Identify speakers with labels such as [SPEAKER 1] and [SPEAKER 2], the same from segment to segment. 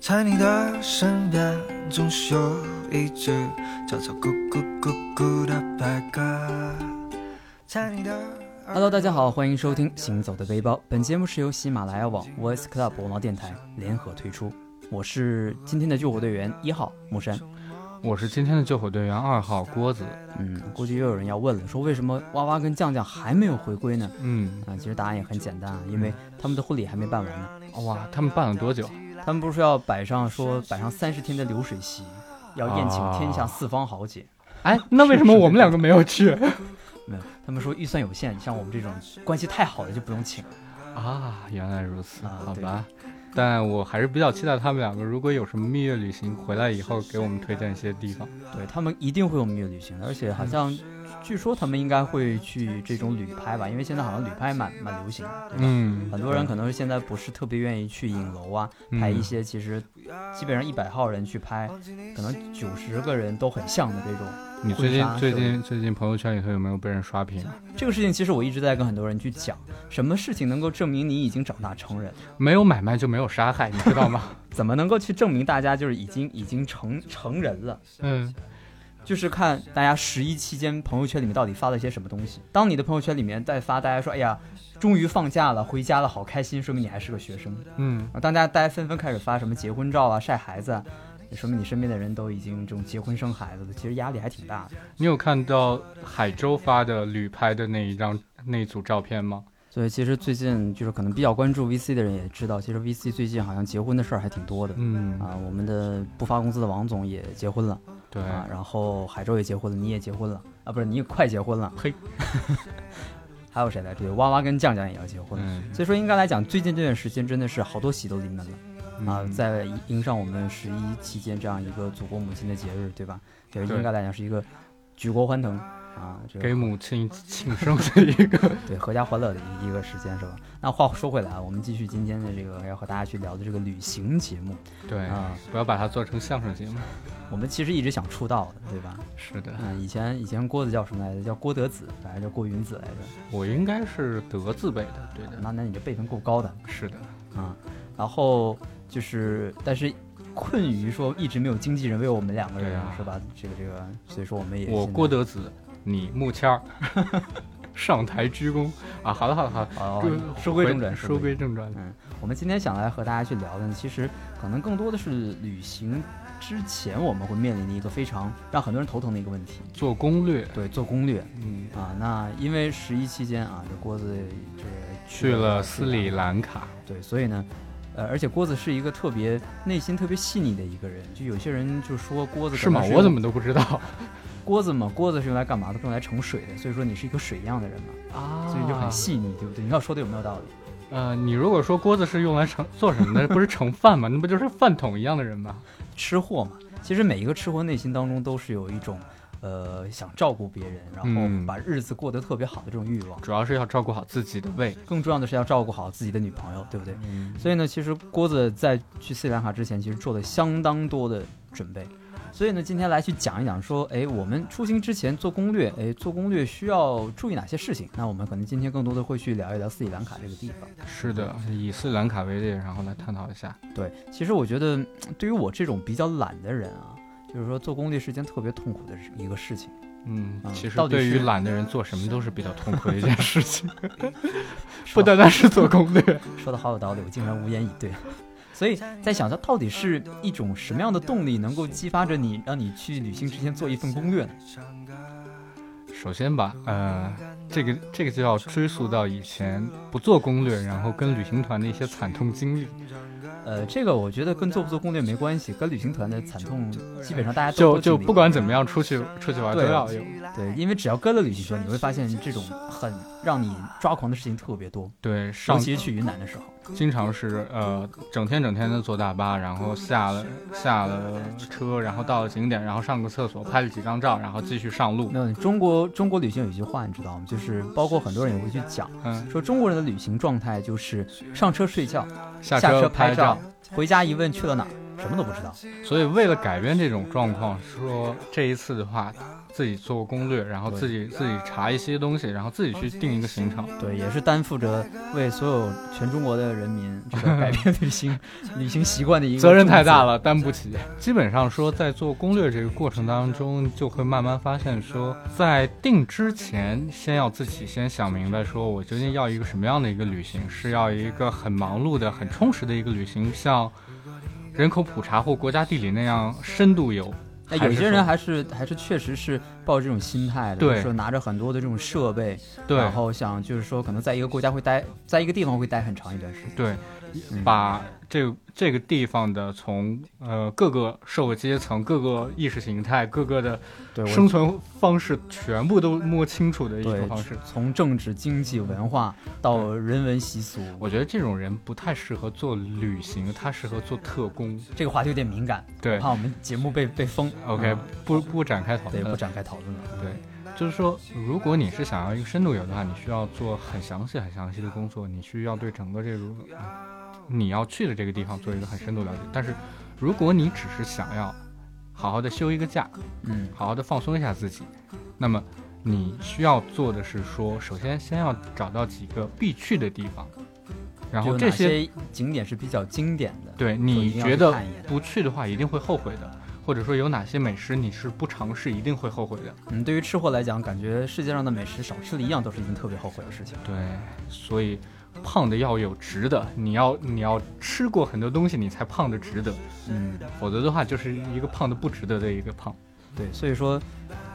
[SPEAKER 1] 在你的身边，总是有一只叫做咕咕咕咕的白鸽。在你的耳
[SPEAKER 2] Hello，大家好，欢迎收听《行走的背包》。本节目是由喜马拉雅网、Voice Club 网络电台联合推出。我是今天的救火队员一号木山。
[SPEAKER 3] 我是今天的救火队员二号郭子。
[SPEAKER 2] 嗯，估计又有人要问了，说为什么哇哇跟酱酱还没有回归呢？
[SPEAKER 3] 嗯，
[SPEAKER 2] 啊，其实答案也很简单啊，因为他们的婚礼还没办完呢。
[SPEAKER 3] 哇，他们办了多久？啊
[SPEAKER 2] 他们不是说要摆上说摆上三十天的流水席，要宴请天下四方豪杰。
[SPEAKER 3] 哎，那为什么我们两个没有去
[SPEAKER 2] 没有，他们说预算有限，像我们这种关系太好的就不用请。
[SPEAKER 3] 啊？原来如此，
[SPEAKER 2] 啊
[SPEAKER 3] 好
[SPEAKER 2] 对
[SPEAKER 3] 吧。但我还是比较期待他们两个，如果有什么蜜月旅行回来以后，给我们推荐一些地方。
[SPEAKER 2] 对他们一定会有蜜月旅行的，而且好像
[SPEAKER 3] 嗯
[SPEAKER 2] 据说他们应该会去这种旅拍吧，因为现在好像旅拍蛮蛮流行的，对吧？
[SPEAKER 3] 嗯，
[SPEAKER 2] 很多人可能现在不是特别愿意去影楼啊，
[SPEAKER 3] 嗯
[SPEAKER 2] 拍一些其实基本上一百号人去拍，可能九十个人都很像的这种。
[SPEAKER 3] 嗯你最
[SPEAKER 2] 婚纱
[SPEAKER 3] 近
[SPEAKER 2] 是
[SPEAKER 3] 最
[SPEAKER 2] 吧
[SPEAKER 3] 近最近朋友圈里头有没有被人刷屏？
[SPEAKER 2] 这个事情其实我一直在跟很多人去讲，什么事情能够证明你已经长大成人？
[SPEAKER 3] 没有买卖就没有杀害，你知 道吗？
[SPEAKER 2] 怎么能够去证明大家就是已经已经成成人了？
[SPEAKER 3] 嗯，
[SPEAKER 2] 就是看大家十一期间朋友圈里面到底发了些什么东西。当你的朋友圈里面在发，大家说“哎呀，终于放假了，回家了，好开心”，说明你还是个学生。
[SPEAKER 3] 嗯，
[SPEAKER 2] 啊，当大家大家纷纷开始发什么结婚照啊、晒孩子啊，也说明你身边的人都已经这种结婚生孩子了，其实压力还挺大的。
[SPEAKER 3] 你有看到海州发的旅拍的那一张那组照片吗？
[SPEAKER 2] 所以其实最近就是可能比较关注 VC 的人也知道，其实 VC 最近好像结婚的事儿还挺多的。
[SPEAKER 3] 嗯，
[SPEAKER 2] 啊，我们的不发工资的王总也结婚了
[SPEAKER 3] 对，
[SPEAKER 2] 啊，然后海州也结婚了，你也结婚了啊，不是你也快结婚了，
[SPEAKER 3] 呸，
[SPEAKER 2] 还有谁来着？对，哇哇跟酱酱也要结婚了。
[SPEAKER 3] 嗯
[SPEAKER 2] 所以说，应该来讲，最近这段时间真的是好多喜都临门了、啊，
[SPEAKER 3] 嗯
[SPEAKER 2] 在迎上我们十一期间这样一个祖国母亲的节日，对吧？对，
[SPEAKER 3] 对
[SPEAKER 2] 应该来讲是一个举国欢腾啊，这
[SPEAKER 3] 给
[SPEAKER 2] 个
[SPEAKER 3] 母亲庆生的一个
[SPEAKER 2] 对合家欢乐的一一个时间是吧？那话说回来啊，我们继续今天的这个要和大家去聊的这个旅行节目
[SPEAKER 3] 对，
[SPEAKER 2] 啊，
[SPEAKER 3] 不要把它做成相声节目。
[SPEAKER 2] 我们其实一直想出道的，对吧？
[SPEAKER 3] 是的，
[SPEAKER 2] 嗯，以前以前郭子叫什么来着？叫郭德子，还是叫郭云子来着？
[SPEAKER 3] 我应该是德字辈的，对的，
[SPEAKER 2] 那那你这辈分够高的，
[SPEAKER 3] 是的，
[SPEAKER 2] 啊，然后就是，但是困于说一直没有经纪人为我们两个人、
[SPEAKER 3] 对啊
[SPEAKER 2] 是吧？这个这个，所以说我们也
[SPEAKER 3] 我
[SPEAKER 2] 现在
[SPEAKER 3] 郭德子，你木签 儿，上台鞠躬啊！好了好了好了，
[SPEAKER 2] 哦
[SPEAKER 3] 归，
[SPEAKER 2] 书归正传，
[SPEAKER 3] 收归正传。
[SPEAKER 2] 嗯，我们今天想来和大家去聊的呢，其实可能更多的是旅行之前我们会面临的一个非常让很多人头疼的一个问题，
[SPEAKER 3] 做攻略，
[SPEAKER 2] 对，做攻略
[SPEAKER 3] 嗯，
[SPEAKER 2] 啊。那因为十一期间啊，这郭子这个
[SPEAKER 3] 去了斯
[SPEAKER 2] 斯
[SPEAKER 3] 里兰卡，
[SPEAKER 2] 对，所以呢，呃，而且郭子是一个特别内心特别细腻的一个人，就有些人就说郭子可
[SPEAKER 3] 是吗
[SPEAKER 2] 能？
[SPEAKER 3] 我怎
[SPEAKER 2] 用
[SPEAKER 3] 么都不知道
[SPEAKER 2] 锅子嘛？锅子是用来干嘛的？用来盛水的，所以说你是一个水一样的人嘛，
[SPEAKER 3] 啊
[SPEAKER 2] 所以就很。细腻，对不对？你看我说的有没有道理？
[SPEAKER 3] 呃，你如果说锅子是用来盛做什么的，不是盛饭吗？那不就是饭桶一样的人吗？
[SPEAKER 2] 吃货嘛，其实每一个吃货内心当中都是有一种。呃，想照顾别人，然后
[SPEAKER 3] 嗯
[SPEAKER 2] 把日子过得特别好的这种欲望，
[SPEAKER 3] 主要是要照顾好自己的胃。
[SPEAKER 2] 更重要的是要照顾好自己的女朋友，对不对？
[SPEAKER 3] 嗯，
[SPEAKER 2] 所以呢，其实郭子在去斯里兰卡之前，其实做了相当多的准备。所以呢，今天来去讲一讲，说，哎，我们出行之前做攻略，哎，做攻略需要注意哪些事情？那我们可能今天更多的会去聊一聊斯里兰卡这个地方。
[SPEAKER 3] 是的，嗯以斯里兰卡为例，然后来探讨一下。
[SPEAKER 2] 对，其实我觉得，嗯对于我这种比较懒的人啊，就是说做攻略是件特别痛苦的一个事情。
[SPEAKER 3] 嗯
[SPEAKER 2] 啊，
[SPEAKER 3] 其实
[SPEAKER 2] 到底
[SPEAKER 3] 对于
[SPEAKER 2] 是
[SPEAKER 3] 懒的人做什么都是比较痛苦的一 件事情，
[SPEAKER 2] 说
[SPEAKER 3] 不单单是做攻略。
[SPEAKER 2] 说的好有道理，我竟然无言以对。所以在想，它到底是一种什么样的动力，能够激发着你，让你去旅行之前做一份攻略呢？
[SPEAKER 3] 首先吧，呃，这个这个就要追溯到以前不做攻略，然后跟旅行团的一些惨痛经历。
[SPEAKER 2] 呃，这个我觉得跟做不做攻略没关系，跟旅行团的惨痛基本上大家都都
[SPEAKER 3] 就
[SPEAKER 2] 经
[SPEAKER 3] 就啊
[SPEAKER 2] 历
[SPEAKER 3] 不管怎么样，出去出去玩都
[SPEAKER 2] 对
[SPEAKER 3] 要有。
[SPEAKER 2] 对，因为只要跟了旅行团，你会发现这种很让你抓狂的事情特别多，
[SPEAKER 3] 对，
[SPEAKER 2] 尤
[SPEAKER 3] 上
[SPEAKER 2] 其是去云南的时候。
[SPEAKER 3] 经常是呃整天整天的坐大巴，然后下了下了车，然后到了景点，然后上个厕所，拍了几张照，然后继续上路。
[SPEAKER 2] 那中国中国旅行有一句话你知道吗？就是包括很多人也会去讲，
[SPEAKER 3] 嗯，
[SPEAKER 2] 说中国人的旅行状态就是上车睡觉，
[SPEAKER 3] 下
[SPEAKER 2] 车
[SPEAKER 3] 拍
[SPEAKER 2] 照，回家一问去了哪儿，什么都不知道。
[SPEAKER 3] 所以为了改变这种状况，说这一次的话，自己做攻略，然后
[SPEAKER 2] 对嗯
[SPEAKER 3] 自己自己查一些东西，然后自己去定一个行程。
[SPEAKER 2] 对，也是担负着为所有全中国的人民这个 改变旅行旅行习惯的一个
[SPEAKER 3] 责任太大
[SPEAKER 2] 重
[SPEAKER 3] 了，担不起。基本上说，在做攻略这个过程当中，就会慢慢发现说，在定之前，先要自己先想明白，说我究竟要一个什么样的一个旅行，是要一个很忙碌的、很充实的一个旅行，像人口普查或国家地理那样深度游。
[SPEAKER 2] 责。哎，
[SPEAKER 3] 还
[SPEAKER 2] 有
[SPEAKER 3] 是
[SPEAKER 2] 些人
[SPEAKER 3] 说
[SPEAKER 2] 还是还是确实是抱着这种心态的，
[SPEAKER 3] 对
[SPEAKER 2] 就是说拿着很多的这种设备，
[SPEAKER 3] 对
[SPEAKER 2] 然后想就是说可能在一个国家会待，在一个地方会待很长一段时间。
[SPEAKER 3] 对，
[SPEAKER 2] 嗯
[SPEAKER 3] 把这个这个地方的从呃各个社会阶层、各个意识形态、各个的
[SPEAKER 2] 对，我
[SPEAKER 3] 生存方式全部都摸清楚的一
[SPEAKER 2] 对
[SPEAKER 3] 种方式。
[SPEAKER 2] 从政治、经济、文化到人文习俗，
[SPEAKER 3] 我觉得这种人不太适合做旅行，他适合做特工。
[SPEAKER 2] 这个话题有点敏感，
[SPEAKER 3] 对
[SPEAKER 2] 怕我们节目被被封。
[SPEAKER 3] ，OK，、
[SPEAKER 2] 啊嗯
[SPEAKER 3] 不不展开讨
[SPEAKER 2] 对，
[SPEAKER 3] 论。
[SPEAKER 2] 不展开讨论了。
[SPEAKER 3] 对就是说，如果你是想要一个深度游的话，你需要做很详细、很详细的工作，你需要对整个这个呃你要去的这个地方做一个很深度了解。但是，如果你只是想要好好的休一个假，
[SPEAKER 2] 嗯，
[SPEAKER 3] 好好的放松一下自己，那么你需要做的是说，首先先要找到几个必去的地方，然后
[SPEAKER 2] 就
[SPEAKER 3] 这
[SPEAKER 2] 哪
[SPEAKER 3] 些
[SPEAKER 2] 些景点是比较经典的，
[SPEAKER 3] 对
[SPEAKER 2] 就一
[SPEAKER 3] 你
[SPEAKER 2] 定要
[SPEAKER 3] 觉
[SPEAKER 2] 去
[SPEAKER 3] 得
[SPEAKER 2] 看一眼
[SPEAKER 3] 不去的话一定会后悔的，或者说有哪些美食你是不尝试一定会后悔的。
[SPEAKER 2] 嗯，对于吃货来讲，感觉世界上的美食少吃了一样都是一件特别后悔的事情。
[SPEAKER 3] 对，所以胖的要有值得，你要你要吃过很多东西你才胖的值得，
[SPEAKER 2] 嗯，
[SPEAKER 3] 否则的话就是一个胖的不值得的一个胖。
[SPEAKER 2] 对，所以说，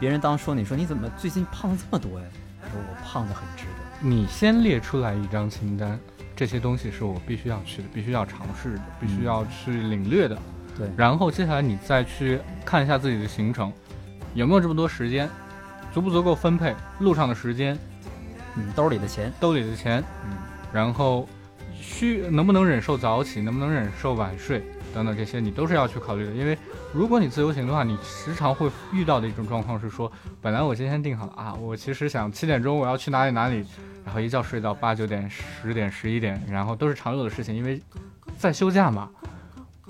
[SPEAKER 2] 别人当说你说你怎么最近胖了这么多呀？我说我胖的很值得。
[SPEAKER 3] 你先列出来一张清单，这些东西是我必须要去的，必须要尝试的，必须要去领略的。
[SPEAKER 2] 对
[SPEAKER 3] 然后接下来你再去看一下自己的行程，有没有这么多时间，足不足够分配路上的时间，
[SPEAKER 2] 嗯，兜里的钱，
[SPEAKER 3] 兜里的钱，
[SPEAKER 2] 嗯，
[SPEAKER 3] 然后需能不能忍受早起，能不能忍受晚睡等等这些，你都是要去考虑的。因为如果你自由行的话，你时常会遇到的一种状况是说，本来我今天定好了啊，我其实想七点钟我要去哪里哪里，然后一觉睡到八九点、十点、十一点，然后都是常有的事情，因为在休假嘛。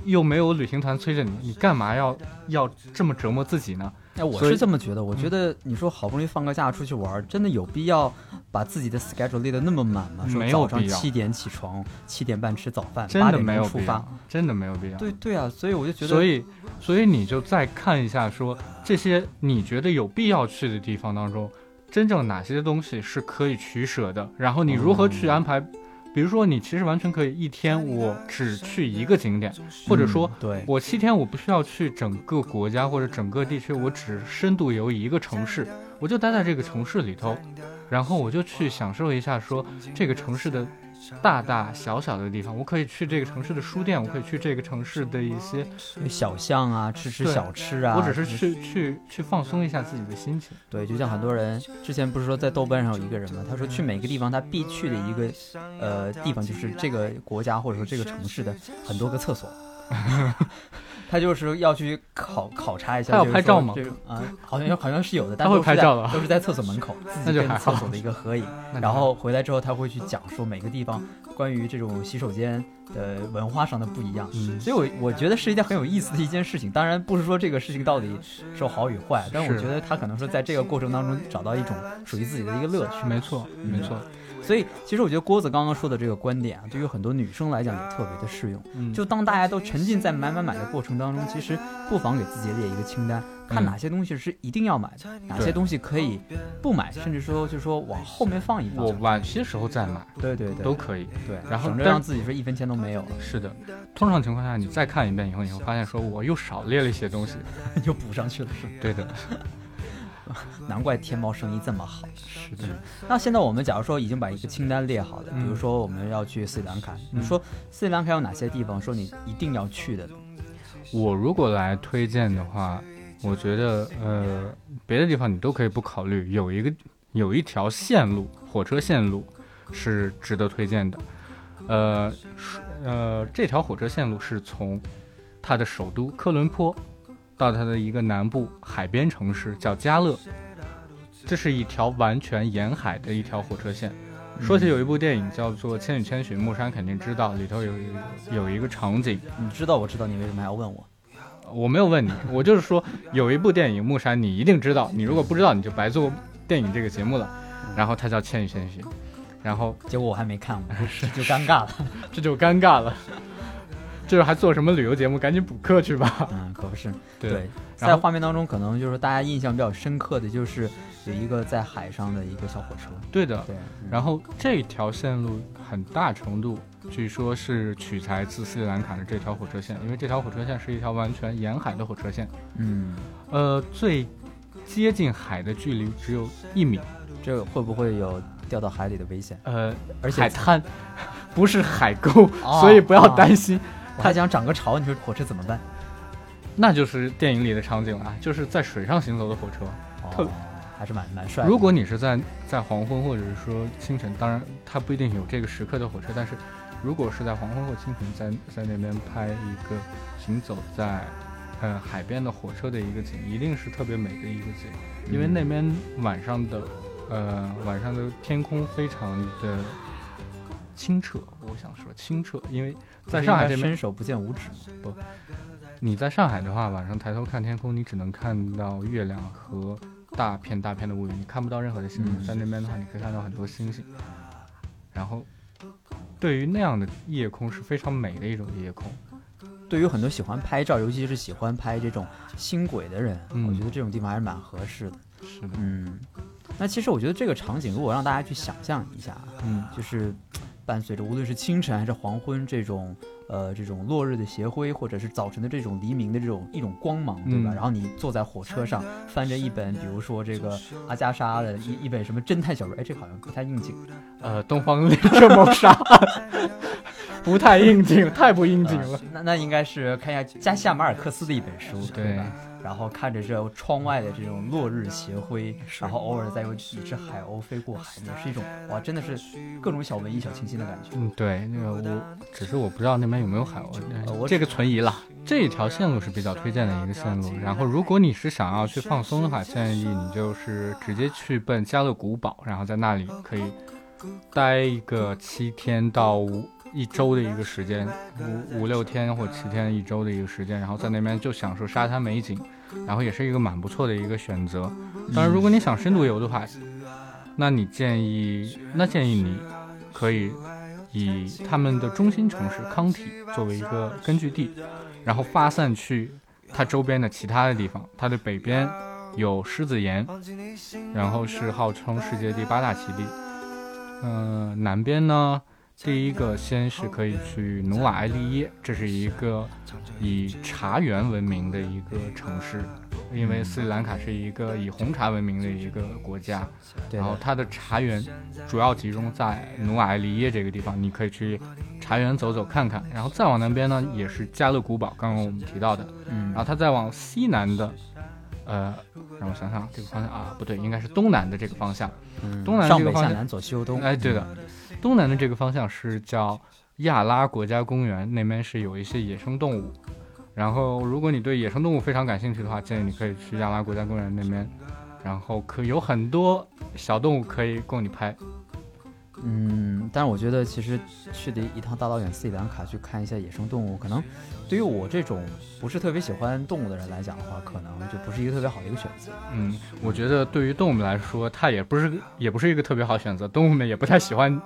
[SPEAKER 3] 又没有旅行团催着你，你干嘛要要这么折磨自己呢？
[SPEAKER 2] 哎，我
[SPEAKER 3] 所以
[SPEAKER 2] 是这么觉得。我觉得你说好不容易放个假出去玩儿，真的有必要把自己的 schedule 列得那么满吗？说
[SPEAKER 3] 没有
[SPEAKER 2] 早上
[SPEAKER 3] 必要
[SPEAKER 2] 七点起床，七点半吃早饭，
[SPEAKER 3] 真
[SPEAKER 2] 八
[SPEAKER 3] 的
[SPEAKER 2] 点
[SPEAKER 3] 没有
[SPEAKER 2] 钟出
[SPEAKER 3] 必
[SPEAKER 2] 发
[SPEAKER 3] 要。，真的没有必要。
[SPEAKER 2] 对对啊，所以我就觉得，
[SPEAKER 3] 所以，所以你就再看一下说，这些你觉得有必要去的地方当中，真正哪些东西是可以取舍的，然后你如何去安
[SPEAKER 2] 嗯
[SPEAKER 3] 排。比如说，你其实完全可以一天我只去一个景点，或者说
[SPEAKER 2] 嗯对，
[SPEAKER 3] 我七天我不需要去整个国家或者整个地区，我只深度游一个城市，我就待在这个城市里头，然后我就去享受一下说这个城市的大大小小的地方，我可以去这个城市的书店，我可以去这个城市的一些
[SPEAKER 2] 有小巷啊，吃吃
[SPEAKER 3] 对
[SPEAKER 2] 小吃啊，
[SPEAKER 3] 我只是去去去放松一下自己的心情。
[SPEAKER 2] 对，就像很多人之前不是说在豆瓣上有一个人嘛，他说去每个地方他必去的一个呃地方就是这个国家或者说这个城市的很多个厕所， 他就是要去考考察一下。
[SPEAKER 3] 他有
[SPEAKER 2] 就是
[SPEAKER 3] 拍
[SPEAKER 2] 说
[SPEAKER 3] 照吗
[SPEAKER 2] 这个啊、好像好像是有的，但
[SPEAKER 3] 他会
[SPEAKER 2] 都是
[SPEAKER 3] 拍
[SPEAKER 2] 在
[SPEAKER 3] 照的
[SPEAKER 2] 都是在厕所门 口自
[SPEAKER 3] 那
[SPEAKER 2] 己
[SPEAKER 3] 就
[SPEAKER 2] 跟
[SPEAKER 3] 还
[SPEAKER 2] 厕
[SPEAKER 3] 好
[SPEAKER 2] 所的一个合影，
[SPEAKER 3] 那
[SPEAKER 2] 然后回来之后他会去讲说每个地方关于这种洗手间的文化上的不一样。
[SPEAKER 3] 嗯，
[SPEAKER 2] 所以我，我觉得是一件很有意思的一件事情。当然，不是说这个事情到底是好与坏，但我
[SPEAKER 3] 是
[SPEAKER 2] 觉得他可能说在这个过程当中找到一种属于自己的一个乐趣。
[SPEAKER 3] 没错没错，
[SPEAKER 2] 所以，其实我觉得郭子刚刚说的这个观点啊，对于很多女生来讲也特别的适用。
[SPEAKER 3] 嗯，
[SPEAKER 2] 就当大家都沉浸在买买买的过程当中，其实不妨给自己列一个清单，看
[SPEAKER 3] 嗯
[SPEAKER 2] 哪些东西是一定要买的，哪些东西可以不买，甚至说就是说往后面放一放
[SPEAKER 3] 我。晚些时候再买
[SPEAKER 2] 对对对，
[SPEAKER 3] 都可以。
[SPEAKER 2] 对，
[SPEAKER 3] 然后
[SPEAKER 2] 省着
[SPEAKER 3] 但
[SPEAKER 2] 让自己说一分钱都没有了，
[SPEAKER 3] 是的，通常情况下你再看一遍以后，你会发现说我又少列了一些东西。
[SPEAKER 2] 又补上去了，是吗
[SPEAKER 3] 对的，
[SPEAKER 2] 难怪天猫生意这么好。
[SPEAKER 3] 是的，
[SPEAKER 2] 那现在我们假如说已经把一个清单列好了，比
[SPEAKER 3] 嗯
[SPEAKER 2] 如说我们要去斯里兰卡，你说斯里兰卡有哪些地方说你一定要去的？
[SPEAKER 3] 我如果来推荐的话，我觉得呃，别的地方你都可以不考虑，有一个有一条线路，火车线路是值得推荐的。呃，是呃，这条火车线路是从它的首都科伦坡到它的一个南部海边城市叫加勒，这是一条完全沿海的一条火车线。说起有一部电影叫做《千与千寻》，木山肯定知道，里头有一个有一个场景，
[SPEAKER 2] 你知道，我知道你为什么还要问我，
[SPEAKER 3] 我没有问你，我就是说有一部电影《木山》，你一定知道，你如果不知道，你就白做电影这个节目了。然后它叫《千与千寻》，然后
[SPEAKER 2] 结果我还没看 过，就尴尬了。
[SPEAKER 3] 这就尴尬了， 这还做什么旅游节目？赶紧补课去吧。
[SPEAKER 2] 嗯，可不是。
[SPEAKER 3] 对，然
[SPEAKER 2] 在
[SPEAKER 3] 后
[SPEAKER 2] 画面当中，可能就是大家印象比较深刻的就是有一个在海上的一个小火车。
[SPEAKER 3] 对的。
[SPEAKER 2] 对，嗯
[SPEAKER 3] 然后这条线路很大程度据说是取材自斯里兰卡的这条火车线，因为这条火车线是一条完全沿海的火车线，
[SPEAKER 2] 嗯，
[SPEAKER 3] 呃，最接近海的距离只有一米，
[SPEAKER 2] 这会不会有掉到海里的危险？
[SPEAKER 3] 呃，
[SPEAKER 2] 而且
[SPEAKER 3] 海滩 不是海沟，
[SPEAKER 2] 哦
[SPEAKER 3] 所以不要担心。
[SPEAKER 2] 我还想涨个潮，你说火车怎么办？
[SPEAKER 3] 那就是电影里的场景了，啊就是在水上行走的火车。特
[SPEAKER 2] 哦，还是蛮蛮帅的。
[SPEAKER 3] 如果你是在在黄昏或者是说清晨，当然它不一定有这个时刻的火车，但是如果是在黄昏或清晨在在那边拍一个行走在呃海边的火车的一个景，一定是特别美的一个景，因为
[SPEAKER 2] 嗯
[SPEAKER 3] 那边晚上的呃晚上的天空非常的清澈，我想说清澈，因为在上海这
[SPEAKER 2] 应该
[SPEAKER 3] 边
[SPEAKER 2] 伸手不见五指嘛。
[SPEAKER 3] 你在上海的话，晚上抬头看天空，你只能看到月亮和大片大片的乌云，你看不到任何的星星。
[SPEAKER 2] 嗯
[SPEAKER 3] 在那边的话，你可以看到很多星星。然后，对于那样的夜空是非常美的一种夜空。
[SPEAKER 2] 对于很多喜欢拍照，尤其是喜欢拍这种星轨的人，
[SPEAKER 3] 嗯
[SPEAKER 2] 我觉得这种地方还是蛮合适的。
[SPEAKER 3] 是的，
[SPEAKER 2] 嗯，那其实我觉得这个场景，如果让大家去想象一下，啊
[SPEAKER 3] 嗯，
[SPEAKER 2] 就是伴随着无论是清晨还是黄昏这种呃这种落日的斜晖，或者是早晨的这种黎明的这种一种光芒，对吧？
[SPEAKER 3] 嗯
[SPEAKER 2] 然后你坐在火车上，翻着一本，比如说这个阿加莎的一一本什么侦探小说，哎，这个好像不太应景。
[SPEAKER 3] 呃，东方列 车谋杀案不太应景，太 不应景了
[SPEAKER 2] 呃。那那应该是看一下加西亚马尔克斯的一本书，
[SPEAKER 3] 对
[SPEAKER 2] 吧？然后看着这窗外的这种落日斜晖，然后偶尔再有几只海鸥飞过海面，是一种哇，真的是各种小文艺、小清新的感觉。
[SPEAKER 3] 嗯，对，那个我只是我不知道那边有没有海鸥，
[SPEAKER 2] 呃
[SPEAKER 3] 呃
[SPEAKER 2] 我
[SPEAKER 3] 这个存疑了。这条线路是比较推荐的一个线路。然后，如果你是想要去放松的话，建议你就是直接去奔加勒古堡，然后在那里可以待一个七天到五一周的一个时间，五五六天或七天一周的一个时间，然后在那边就享受沙滩美景，然后也是一个蛮不错的一个选择。当然，如果你想深度游的话，那你建议，那建议你可以以他们的中心城市康体作为一个根据地，然后发散去它周边的其他的地方。它的北边有狮子岩，然后是号称世界第八大奇地。嗯、南边呢，第一个先是可以去努瓦埃利耶，这是一个以茶园闻名的一个城市。因为斯里兰卡是一个以红茶闻名的一个国家，
[SPEAKER 2] 对
[SPEAKER 3] 然后
[SPEAKER 2] 的，
[SPEAKER 3] 它的茶园主要集中在努瓦埃利耶这个地方，你可以去茶园走走看看。然后再往南边呢，也是加勒古堡，刚刚我们提到的。
[SPEAKER 2] 嗯
[SPEAKER 3] 然后它再往西南的，呃，让我想想啊，这个方向啊，不对，应该是东南的这个方向。
[SPEAKER 2] 嗯
[SPEAKER 3] 东南这
[SPEAKER 2] 上
[SPEAKER 3] 个
[SPEAKER 2] 北
[SPEAKER 3] 方
[SPEAKER 2] 下
[SPEAKER 3] 向
[SPEAKER 2] 南左西右东，
[SPEAKER 3] 哎，对的，东南的这个方向是叫亚拉国家公园，那边是有一些野生动物。然后，如果你对野生动物非常感兴趣的话，建议你可以去亚拉国家公园那边，然后可有很多小动物可以供你拍。
[SPEAKER 2] 嗯，但是我觉得其实去的一趟大老远斯里兰卡去看一下野生动物，可能对于我这种不是特别喜欢动物的人来讲的话，可能就不是一个特别好的一个选择。
[SPEAKER 3] 嗯，我觉得对于动物们来说，它也不是也不是一个特别好选择，动物们也不太喜欢。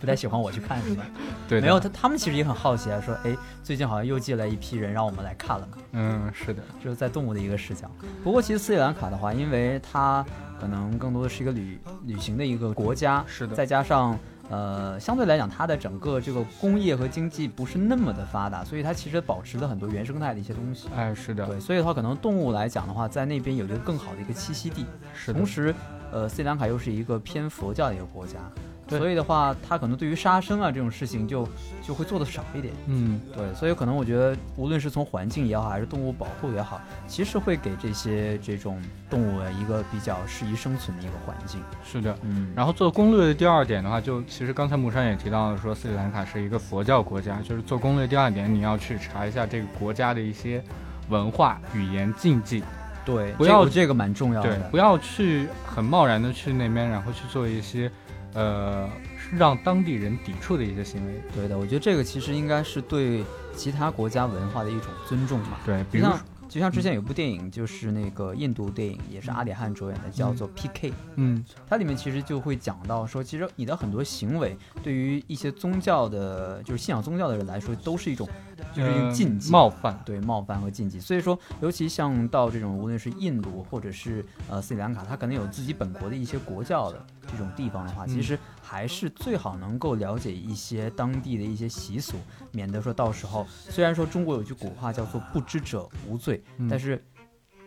[SPEAKER 2] 不太喜欢我去看是吧？
[SPEAKER 3] 对
[SPEAKER 2] 嗯
[SPEAKER 3] 的
[SPEAKER 2] 没有，，他他们其实也很好奇啊，说哎，最近好像又寄来一批人让我们来看了嘛，
[SPEAKER 3] 嗯，是的，
[SPEAKER 2] 就是在动物的一个视角。不过其实斯里兰卡的话，因为它可能更多的是一个旅旅行的一个国家，
[SPEAKER 3] 是的
[SPEAKER 2] 再加上呃相对来讲它的整个这个工业和经济不是那么的发达，所以它其实保持了很多原生态的一些东西。
[SPEAKER 3] 哎，是的，
[SPEAKER 2] 对，所以的话，可能动物来讲的话，在那边有一个更好的一个栖息地。
[SPEAKER 3] 是的
[SPEAKER 2] 同，时，呃，斯里兰卡又是一个偏佛教的一个国家，
[SPEAKER 3] 对
[SPEAKER 2] 所以的话，他可能对于杀生啊这种事情就就会做的少一点。
[SPEAKER 3] 嗯，
[SPEAKER 2] 对，所以可能我觉得，无论是从环境也好，还是动物保护也好，其实会给这些这种动物呃一个比较适宜生存的一个环境。
[SPEAKER 3] 是的。
[SPEAKER 2] 嗯，
[SPEAKER 3] 然后做攻略的第二点的话，就其实刚才木山也提到了，说斯里兰卡是一个佛教国家，就是做攻略第二点，你要去查一下这个国家的一些文化、语言、禁忌，
[SPEAKER 2] 对，
[SPEAKER 3] 不
[SPEAKER 2] 这
[SPEAKER 3] 要
[SPEAKER 2] 个这个蛮重要
[SPEAKER 3] 对
[SPEAKER 2] 的，
[SPEAKER 3] 不。要去很贸然的去那边，然后去做一些呃让当地人抵触的一些行为。
[SPEAKER 2] 对的，我觉得这个其实应该是对其他国家文化的一种尊重嘛。
[SPEAKER 3] 对，比
[SPEAKER 2] 就
[SPEAKER 3] 如嗯
[SPEAKER 2] 像就像之前有部电影，就是那个印度电影，也是阿里汉主演的，叫做《PK》。
[SPEAKER 3] 嗯
[SPEAKER 2] 它里面其实就会讲到说，其实呃你的很多行为对于一些宗教的，就是信仰宗教的人来说，都是一种就是一种
[SPEAKER 3] 呃
[SPEAKER 2] 禁忌、
[SPEAKER 3] 冒犯，
[SPEAKER 2] 对冒犯和禁忌。所以说，尤其像到这种无论是印度或者是呃斯里兰卡，它可能有自己本国的一些国教的这种地方的话，
[SPEAKER 3] 嗯
[SPEAKER 2] 其实还是最好能够了解一些当地的一些习俗，免得说到时候虽然说中国有句古话叫做“不知者无罪”，
[SPEAKER 3] 嗯
[SPEAKER 2] 但是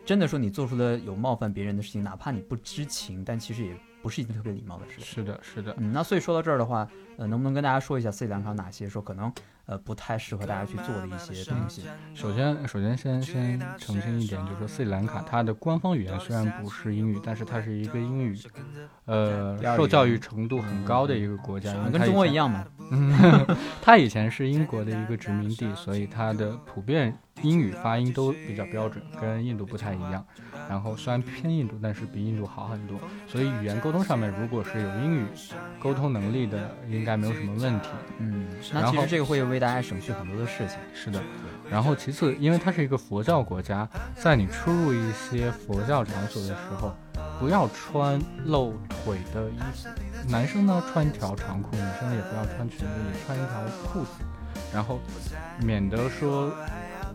[SPEAKER 2] 真的说你做出了有冒犯别人的事情，哪怕你不知情，但其实也不是一件特别礼貌的事情。
[SPEAKER 3] 是的，是的，
[SPEAKER 2] 嗯，那所以说到这儿的话，呃，能不能跟大家说一下斯里兰卡哪些说可能呃不太适合大家去做的一些东西？
[SPEAKER 3] 首先，首先先先澄清一点，就是说斯里兰卡它的官方语言虽然不是英语，但是它是一个英语，呃
[SPEAKER 2] 第二，语言
[SPEAKER 3] 受教育程度很高的一个国家，因为
[SPEAKER 2] 嗯跟
[SPEAKER 3] 它
[SPEAKER 2] 中
[SPEAKER 3] 以
[SPEAKER 2] 国
[SPEAKER 3] 前
[SPEAKER 2] 一，样嘛，
[SPEAKER 3] 它以前是英国的一个殖民地，所以它的普遍英语发音都比较标准，跟印度不太一样。然后虽然偏印度，但是比印度好很多，所以语言沟通上面，如果是有英语沟通能力的，应该没有什么问题。
[SPEAKER 2] 嗯，那
[SPEAKER 3] 然
[SPEAKER 2] 其实
[SPEAKER 3] 后
[SPEAKER 2] 这个会为大家省去很多的事情。
[SPEAKER 3] 是的，然后其次，因为它是一个佛教国家，在你出入一些佛教场所的时候，不要穿露腿的衣服。男生呢穿一条长裤，女生也不要穿裙子，也穿一条裤子，然后免得说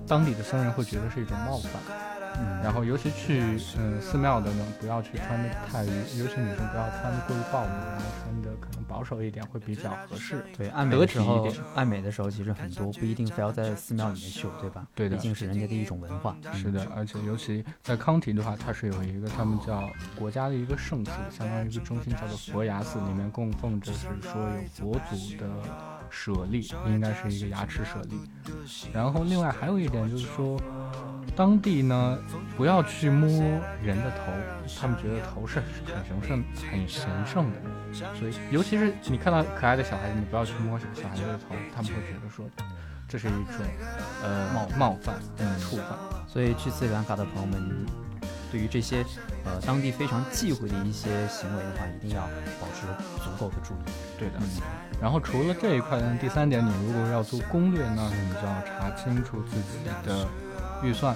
[SPEAKER 3] 当地的僧人会觉得是一种冒犯。
[SPEAKER 2] 嗯，
[SPEAKER 3] 然后尤其去嗯、寺庙等等，不要去穿的太，尤其女生不要穿的过于暴露，然后穿的可能保守一点会比较合适。
[SPEAKER 2] 对，爱美的
[SPEAKER 3] 得体
[SPEAKER 2] 时
[SPEAKER 3] 一
[SPEAKER 2] 候
[SPEAKER 3] 点，
[SPEAKER 2] 爱美的时候其实很多不一定非要在寺庙里面秀，对吧？
[SPEAKER 3] 对的
[SPEAKER 2] 毕竟是人家的一种文化。
[SPEAKER 3] 是的，而且尤其在康体的话，它是有一个他们叫国家的一个圣寺，相当于一个中心叫做佛牙寺，里面供奉着是说有佛祖的舍利，应该是一个牙齿舍利。然后另外还有一点就是说，当地呢不要去摸人的头，他们觉得头是很神圣、很神圣的，所以尤其是你看到可爱的小孩子，你不要去摸小孩子的头，他们会觉得说这是一种呃
[SPEAKER 2] 冒
[SPEAKER 3] 冒犯、触犯。
[SPEAKER 2] 所以去斯里兰卡的朋友们，对于这些呃当地非常忌讳的一些行为的话，一定要保持足够的注意。
[SPEAKER 3] 对的，
[SPEAKER 2] 嗯，
[SPEAKER 3] 然后除了这一块呢，第三点，你如果要做攻略呢，你就要查清楚自己的预算，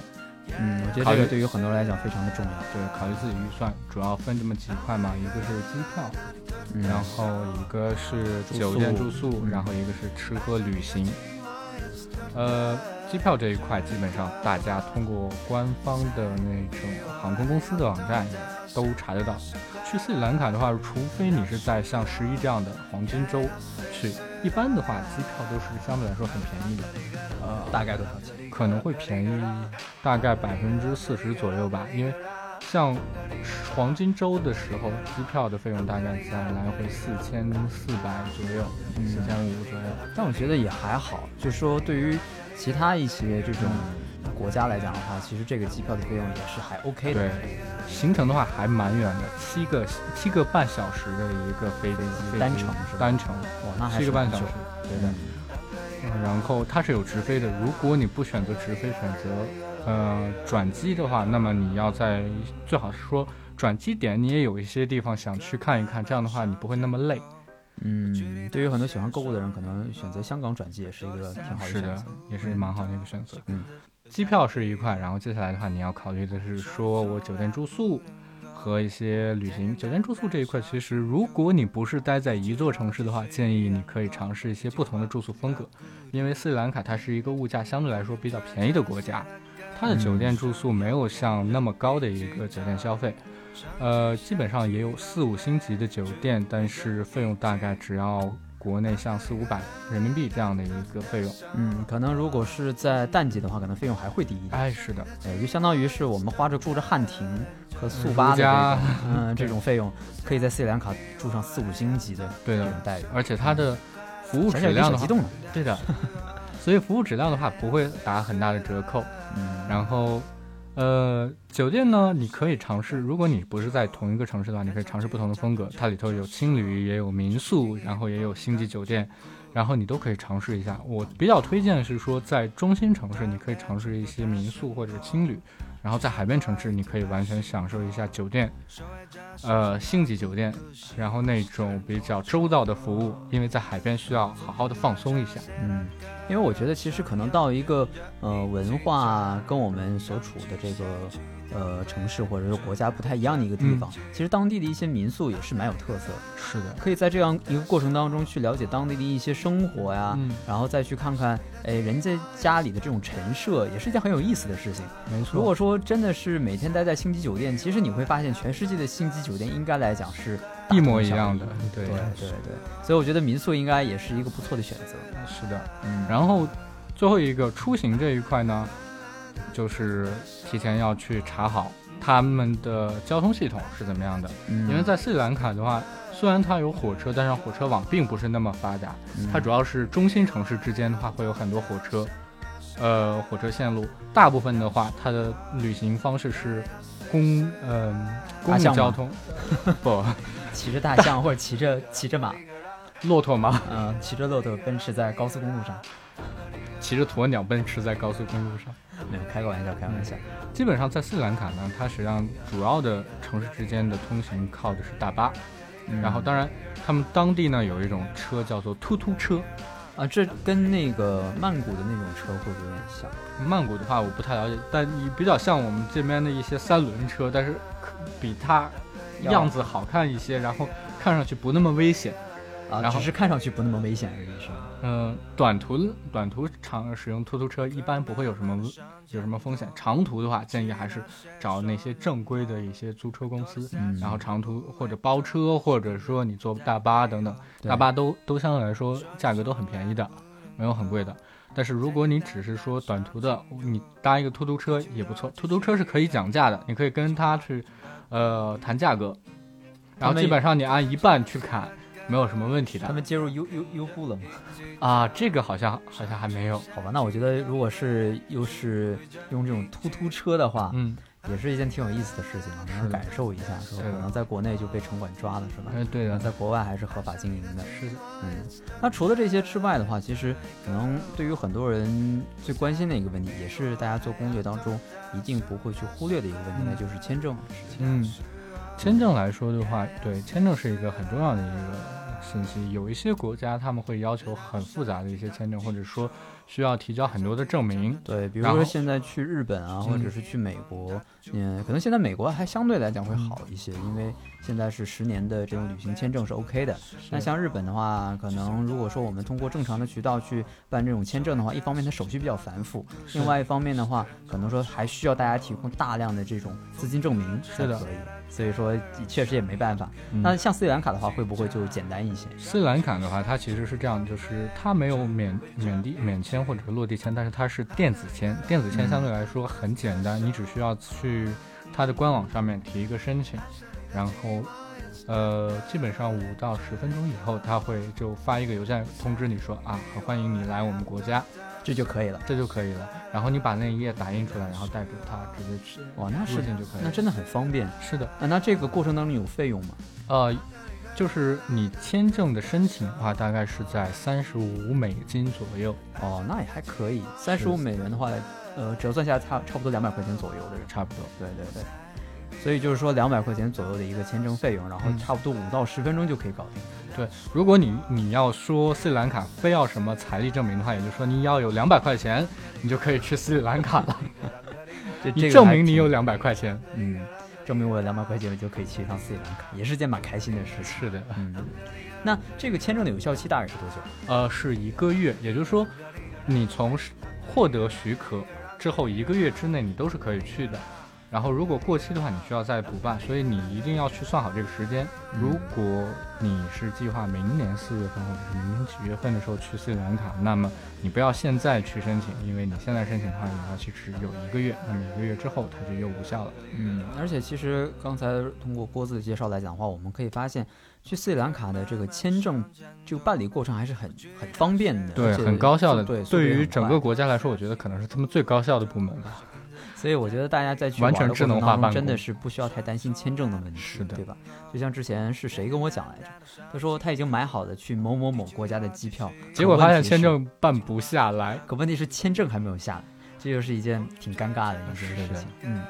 [SPEAKER 2] 嗯，我觉得
[SPEAKER 3] 考
[SPEAKER 2] 这
[SPEAKER 3] 虑
[SPEAKER 2] 个对于很多人来讲非常的重要。
[SPEAKER 3] 对，考虑自己预算，主要分这么几块嘛，一个是机票，
[SPEAKER 2] 嗯，
[SPEAKER 3] 然后一个是
[SPEAKER 2] 住宿
[SPEAKER 3] 酒店住宿，
[SPEAKER 2] 嗯
[SPEAKER 3] 然后一个是吃喝旅行。呃，机票这一块基本上大家通过官方的那种航空公司的网站都查得到。去斯里兰卡的话，除非你是在像十一这样的黄金周去，一般的话机票都是相对来说很便宜的，呃，
[SPEAKER 2] 大概多少钱？
[SPEAKER 3] 可能会便宜大概百分之四十左右吧，因为像黄金周的时候，机票的费用大概在来回四千四百左右，
[SPEAKER 2] 嗯
[SPEAKER 3] 四千五左右。
[SPEAKER 2] 但我觉得也还好，就说对于其他一些这种
[SPEAKER 3] 嗯
[SPEAKER 2] 国家来讲的话，其实这个机票的费用也是还 OK 的。
[SPEAKER 3] 对，行程的话还蛮远的，七个七个半小时的一个飞机，
[SPEAKER 2] 单
[SPEAKER 3] 飞机
[SPEAKER 2] 程是吧
[SPEAKER 3] 单程，
[SPEAKER 2] 哇，哦那还
[SPEAKER 3] 七
[SPEAKER 2] 是
[SPEAKER 3] 个半
[SPEAKER 2] 蛮
[SPEAKER 3] 小
[SPEAKER 2] 久
[SPEAKER 3] 时。对的。嗯然后它是有直飞的，如果你不选择直飞，选择呃转机的话，那么你要在最好是说转机点，你也有一些地方想去看一看，这样的话你不会那么累。
[SPEAKER 2] 嗯，对于很多喜欢购物的人，可能选择香港转机也是一个挺好的
[SPEAKER 3] 是
[SPEAKER 2] 选
[SPEAKER 3] 的
[SPEAKER 2] 择。，
[SPEAKER 3] 也是蛮好的一个选择。
[SPEAKER 2] 嗯，
[SPEAKER 3] 机票是一块，然后接下来的话你要考虑的是说我酒店住宿。和一些旅行酒店住宿这一块，其实如果你不是待在一座城市的话，建议你可以尝试一些不同的住宿风格，因为斯里兰卡它是一个物价相对来说比较便宜的国家，它的酒店住宿没有像那么高的一个酒店消费，呃，基本上也有四五星级的酒店，但是费用大概只要国内像四五百人民币这样的一个费用。
[SPEAKER 2] 嗯，可能如果是在淡季的话，可能费用还会低一点。
[SPEAKER 3] 哎，是的，
[SPEAKER 2] 对，就相当于是我们花着住着汉庭和速八的这种
[SPEAKER 3] 嗯，
[SPEAKER 2] 嗯，这种费用，可以在斯里兰卡住上四五星级的
[SPEAKER 3] 对
[SPEAKER 2] 这种
[SPEAKER 3] 的，
[SPEAKER 2] 待遇，
[SPEAKER 3] 而且它的服务
[SPEAKER 2] 想
[SPEAKER 3] 质
[SPEAKER 2] 想有点
[SPEAKER 3] 量
[SPEAKER 2] 小
[SPEAKER 3] 的
[SPEAKER 2] 激
[SPEAKER 3] 话，
[SPEAKER 2] 动了。
[SPEAKER 3] 对的，所以服务质量的话不会打很大的折扣。
[SPEAKER 2] 嗯，
[SPEAKER 3] 然后，呃，酒店呢，你可以尝试，如果你不是在同一个城市的话，你可以尝试不同的风格，它里头有青旅，也有民宿，然后也有星级酒店，然后你都可以尝试一下。我比较推荐是说，在中心城市，你可以尝试一些民宿或者青旅，然后在海边城市，你可以完全享受一下酒店，呃，星级酒店，然后那种比较周到的服务，因为在海边需要好好的放松一下。
[SPEAKER 2] 嗯，因为我觉得其实可能到一个呃文化跟我们所处的这个呃城市或者是国家不太一样的一个地
[SPEAKER 3] 嗯
[SPEAKER 2] 方，其实当地的一些民宿也是蛮有特色的，
[SPEAKER 3] 是的，
[SPEAKER 2] 可以在这样一个过程当中去了解当地的一些生活呀，
[SPEAKER 3] 嗯，
[SPEAKER 2] 然后再去看看哎人家家里的这种陈设，也是一件很有意思的事情。
[SPEAKER 3] 没
[SPEAKER 2] 如果说真的是每天待在星级酒店，其实你会发现全世界的星级酒店应该来讲是大
[SPEAKER 3] 一模
[SPEAKER 2] 同
[SPEAKER 3] 一
[SPEAKER 2] 小
[SPEAKER 3] 样
[SPEAKER 2] 异
[SPEAKER 3] 的，对
[SPEAKER 2] 对，对对，所以我觉得民宿应该也是一个不错的选择。
[SPEAKER 3] 是的。
[SPEAKER 2] 嗯，
[SPEAKER 3] 然后最后一个出行这一块呢，就是提前要去查好他们的交通系统是怎么样的，
[SPEAKER 2] 嗯
[SPEAKER 3] 因为在斯里兰卡的话，虽然它有火车，但是火车网并不是那么发达，
[SPEAKER 2] 嗯
[SPEAKER 3] 它主要是中心城市之间的话会有很多火车，呃，火车线路，大部分的话它的旅行方式是公嗯、公
[SPEAKER 2] 大象吗
[SPEAKER 3] 共交通， 不，
[SPEAKER 2] 骑着大象或者骑着 骑着马，
[SPEAKER 3] 骆驼吗？
[SPEAKER 2] 嗯、骑着骆驼奔驰在高速公路上，
[SPEAKER 3] 骑着鸵鸟奔驰在高速公路上。
[SPEAKER 2] 没有开个玩笑，开个玩笑。
[SPEAKER 3] 基本上在斯里兰卡呢，它实际上主要的城市之间的通行靠的是大巴，
[SPEAKER 2] 嗯
[SPEAKER 3] 然后当然他们当地呢有一种车叫做突突车，
[SPEAKER 2] 啊，这跟那个曼谷的那种车会不会有点像？
[SPEAKER 3] 曼谷的话我不太了解，但也比较像我们这边的一些三轮车，但是可比它
[SPEAKER 2] 要
[SPEAKER 3] 样子好看一些，然后看上去不那么危险。
[SPEAKER 2] 啊，
[SPEAKER 3] 然后
[SPEAKER 2] 只是看上去不那么危险而已，是吗？
[SPEAKER 3] 嗯、短途短途长使用突突车一般不会有什么有什么风险，长途的话建议还是找那些正规的一些租车公司，
[SPEAKER 2] 嗯
[SPEAKER 3] 然后长途或者包车，或者说你坐大巴等等，
[SPEAKER 2] 对
[SPEAKER 3] 大巴都都相对来说价格都很便宜的，没有很贵的。但是如果你只是说短途的，你搭一个突突车也不错，突突车是可以讲价的，你可以跟他去，呃，谈价格，然
[SPEAKER 2] 他
[SPEAKER 3] 后
[SPEAKER 2] 们
[SPEAKER 3] 基本上你按一半去砍，没有什么问题
[SPEAKER 2] 他
[SPEAKER 3] 的。
[SPEAKER 2] 们接入优优优步了吗？
[SPEAKER 3] 啊，这个好像好像还没有，
[SPEAKER 2] 好吧，那我觉得如果是又是用这种突突车的话，
[SPEAKER 3] 嗯，
[SPEAKER 2] 也是一件挺有意思的事情，能
[SPEAKER 3] 的
[SPEAKER 2] 感受一下，是吧？
[SPEAKER 3] 是的
[SPEAKER 2] 可能在国内就被城管抓了，是吧？
[SPEAKER 3] 哎，对
[SPEAKER 2] 然
[SPEAKER 3] 的
[SPEAKER 2] 后，在国外还是合法经营的。
[SPEAKER 3] 是的，
[SPEAKER 2] 嗯，那除了这些之外的话，其实可能对于很多人最关心的一个问题，也是大家做攻略当中一定不会去忽略的一个问题，
[SPEAKER 3] 嗯
[SPEAKER 2] 那就是签证的事情。
[SPEAKER 3] 嗯，签证来说的话，对，签证是一个很重要的一个信息。有一些国家他们会要求很复杂的一些签证，或者说需要提交很多的证明。
[SPEAKER 2] 对，比如
[SPEAKER 3] 然
[SPEAKER 2] 说
[SPEAKER 3] 后
[SPEAKER 2] 现在去日本啊，或者是去美国，嗯，可能现在美国还相对来讲会
[SPEAKER 3] 嗯
[SPEAKER 2] 好一些，因为现在是十年的这种旅行签证是 OK 的。那像日本的话，可能如果说我们通过正常的渠道去办这种签证的话，一方面它手续比较繁复，另外一方面的话，可能说还需要大家提供大量的这种资金证明才
[SPEAKER 3] 是的嗯
[SPEAKER 2] 可以。所以说确实也没办法。那像斯里兰卡的话，会不会就简单一些？
[SPEAKER 3] 斯里兰卡的话，它其实是这样，就是它没有免免地免签或者是落地签，但是它是电子签。电子签相对来说很简单，你只需要去它的官网上面提一个申请，然后呃，基本上五到十分钟以后，它会就发一个邮件通知你说啊，很欢迎你来我们国家，
[SPEAKER 2] 这就可以了。
[SPEAKER 3] 这就可以了。然后你把那一页打印出来，然后带着它直接去
[SPEAKER 2] 哇，那
[SPEAKER 3] 入
[SPEAKER 2] 是
[SPEAKER 3] 境就可以
[SPEAKER 2] 那
[SPEAKER 3] 了。
[SPEAKER 2] 真的很方便。
[SPEAKER 3] 是的，
[SPEAKER 2] 那那这个过程当中有费用吗？
[SPEAKER 3] 呃，就是你签证的申请的话，大概是在三十五美金左右，
[SPEAKER 2] 哦，那也还可以，三十
[SPEAKER 3] 是
[SPEAKER 2] 五美元的话，呃，折算下来差差不多两百块钱左右的人。
[SPEAKER 3] 差不多。
[SPEAKER 2] 对对对，所以就是说两百块钱左右的一个签证费用，然后
[SPEAKER 3] 嗯
[SPEAKER 2] 差不多五到十分钟就可以搞定。
[SPEAKER 3] 对，如果你你要说斯里兰卡非要什么财力证明的话，也就是说你要有两百块钱，你就可以去斯里兰卡了。
[SPEAKER 2] 这
[SPEAKER 3] 你
[SPEAKER 2] 这个
[SPEAKER 3] 证
[SPEAKER 2] 还
[SPEAKER 3] 明你
[SPEAKER 2] 挺
[SPEAKER 3] 有，两百块钱。
[SPEAKER 2] 嗯，证明我有两百块钱，我就可以去一趟斯里兰卡，也是件蛮开心的事情。
[SPEAKER 3] 是的，
[SPEAKER 2] 嗯，那这个签证的有效期大概是多久？
[SPEAKER 3] 呃，是一个月，也就是说，你从是获得许可之后一个月之内，你都是可以去的。然后如果过期的话，你需要再补办，所以你一定要去算好这个时间。如果你是计划明年四月份或者是明年几月份的时候去斯里兰卡，那么你不要现在去申请，因为你现在申请的话，你要去只有一个月，那么一个月之后它就又无效了。
[SPEAKER 2] 嗯，而且其实刚才通过郭子的介绍来讲的话，我们可以发现，去斯里兰卡的这个签证这个办理过程还是很很方便的，
[SPEAKER 3] 对
[SPEAKER 2] 而，且
[SPEAKER 3] 很高效的。
[SPEAKER 2] 对，速度
[SPEAKER 3] 对
[SPEAKER 2] 也
[SPEAKER 3] 于
[SPEAKER 2] 很
[SPEAKER 3] 整
[SPEAKER 2] 快
[SPEAKER 3] 个国家来说，我觉得可能是他们最高效的部门吧。
[SPEAKER 2] 所以我觉得大家在去
[SPEAKER 3] 完
[SPEAKER 2] 玩
[SPEAKER 3] 全
[SPEAKER 2] 的
[SPEAKER 3] 智
[SPEAKER 2] 过程
[SPEAKER 3] 能化
[SPEAKER 2] 当中
[SPEAKER 3] 办
[SPEAKER 2] 真的
[SPEAKER 3] 公
[SPEAKER 2] 是不需要太担心签证的问题，
[SPEAKER 3] 是的
[SPEAKER 2] 对吧？就像之前是谁跟我讲来着？他说他已经买好了去某某某国家的机票，
[SPEAKER 3] 结果发现签
[SPEAKER 2] 可问题
[SPEAKER 3] 证办不下来。
[SPEAKER 2] 是，可问题是签证还没有下来。就这就是一件挺尴尬的一件事
[SPEAKER 3] 是的
[SPEAKER 2] 情。嗯，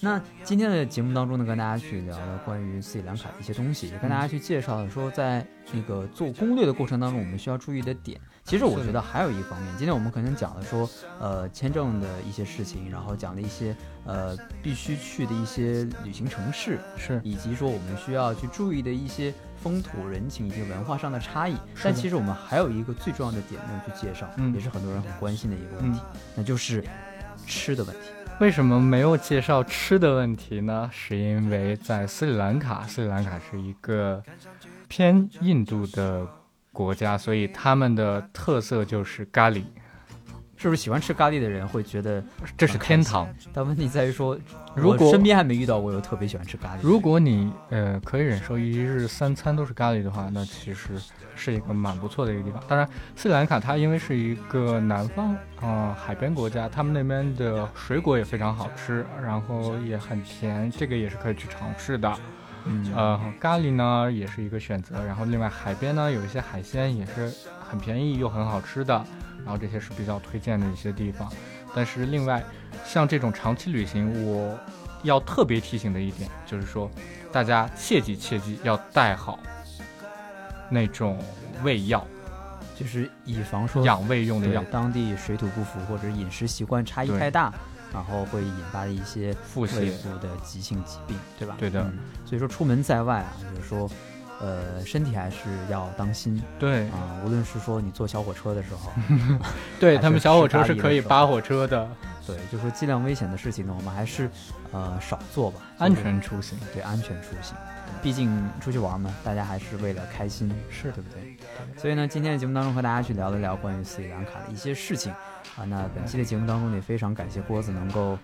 [SPEAKER 2] 那今天的节目当中呢，跟大家去聊了关于斯里兰卡的一些东西，也跟大家去介绍了说，在那个做攻略的过程当中，我们需要注意的点。其实我觉得还有一方面，今天我们可能讲了说，呃，签证的一些事情，然后讲了一些呃必须去的一些旅行城市，
[SPEAKER 3] 是
[SPEAKER 2] 以及说我们需要去注意的一些风土人情以及文化上的差异。但其实我们还有一个最重要的点没有去介绍，
[SPEAKER 3] 嗯
[SPEAKER 2] 也是很多人很关心的一个问题，那就是吃的问题。
[SPEAKER 3] 为什么没有介绍吃的问题呢？是因为在斯里兰卡，斯里兰卡是一个偏印度的国家，所以他们的特色就是咖喱，
[SPEAKER 2] 是不是喜欢吃咖喱的人会觉得？
[SPEAKER 3] 这是天堂。
[SPEAKER 2] 但问题在于说，
[SPEAKER 3] 如
[SPEAKER 2] 我
[SPEAKER 3] 果
[SPEAKER 2] 身边还没遇到过有特别喜欢吃咖喱的人。
[SPEAKER 3] 如果你呃可以忍受一日三餐都是咖喱的话，那其实是一个蛮不错的一个地方。当然，斯里兰卡它因为是一个南方啊、呃海边国家，他们那边的水果也非常好吃，然后也很甜，这个也是可以去尝试的。
[SPEAKER 2] 嗯
[SPEAKER 3] 呃，咖喱呢也是一个选择，然后另外海边呢有一些海鲜也是很便宜又很好吃的，然后这些是比较推荐的一些地方。但是另外，像这种长期旅行，我要特别提醒的一点就是说，大家切记切记要带好那种胃药，
[SPEAKER 2] 就是以防说
[SPEAKER 3] 养胃用的
[SPEAKER 2] 对
[SPEAKER 3] 药，
[SPEAKER 2] 当地水土不服或者饮食习惯差异
[SPEAKER 3] 对
[SPEAKER 2] 太大，然后会引发一些
[SPEAKER 3] 腹
[SPEAKER 2] 胃
[SPEAKER 3] 泻。
[SPEAKER 2] 部的急性疾病，对吧？
[SPEAKER 3] 对的
[SPEAKER 2] 嗯所以说出门在外啊，就是说，呃，身体还是要当心
[SPEAKER 3] 对
[SPEAKER 2] 啊、无论是说你坐小火车的时 候，
[SPEAKER 3] 对，
[SPEAKER 2] 还
[SPEAKER 3] 他们
[SPEAKER 2] 是
[SPEAKER 3] 小火
[SPEAKER 2] 吃咖
[SPEAKER 3] 车是
[SPEAKER 2] 喱
[SPEAKER 3] 可
[SPEAKER 2] 的
[SPEAKER 3] 以
[SPEAKER 2] 时
[SPEAKER 3] 扒
[SPEAKER 2] 候
[SPEAKER 3] 火车的，
[SPEAKER 2] 对，就说尽量危险的事情呢，我们还是呃少做吧，
[SPEAKER 3] 安
[SPEAKER 2] 就是
[SPEAKER 3] 全出行。
[SPEAKER 2] 对安全出行。毕竟出去玩嘛，大家还是为了开心，
[SPEAKER 3] 是
[SPEAKER 2] 对不对？所以呢，今天的节目当中和大家去聊了聊关于斯里兰卡的一些事情啊。那本期的节目当中呢也非常感谢郭子能够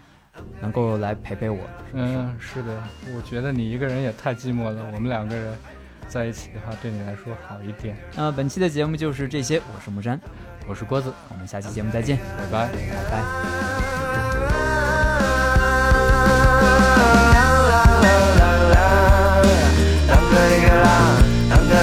[SPEAKER 2] 能够来陪陪我，是不是
[SPEAKER 3] 嗯，是的，我觉得你一个人也太寂寞了。我们两个人在一起的话，对你来说好一点。
[SPEAKER 2] 那本期的节目就是这些，我是木山，
[SPEAKER 3] 我是郭子，
[SPEAKER 2] 我们下期节目再见，
[SPEAKER 3] 拜拜。
[SPEAKER 2] 拜拜。
[SPEAKER 1] 啷个哩个啷，啷个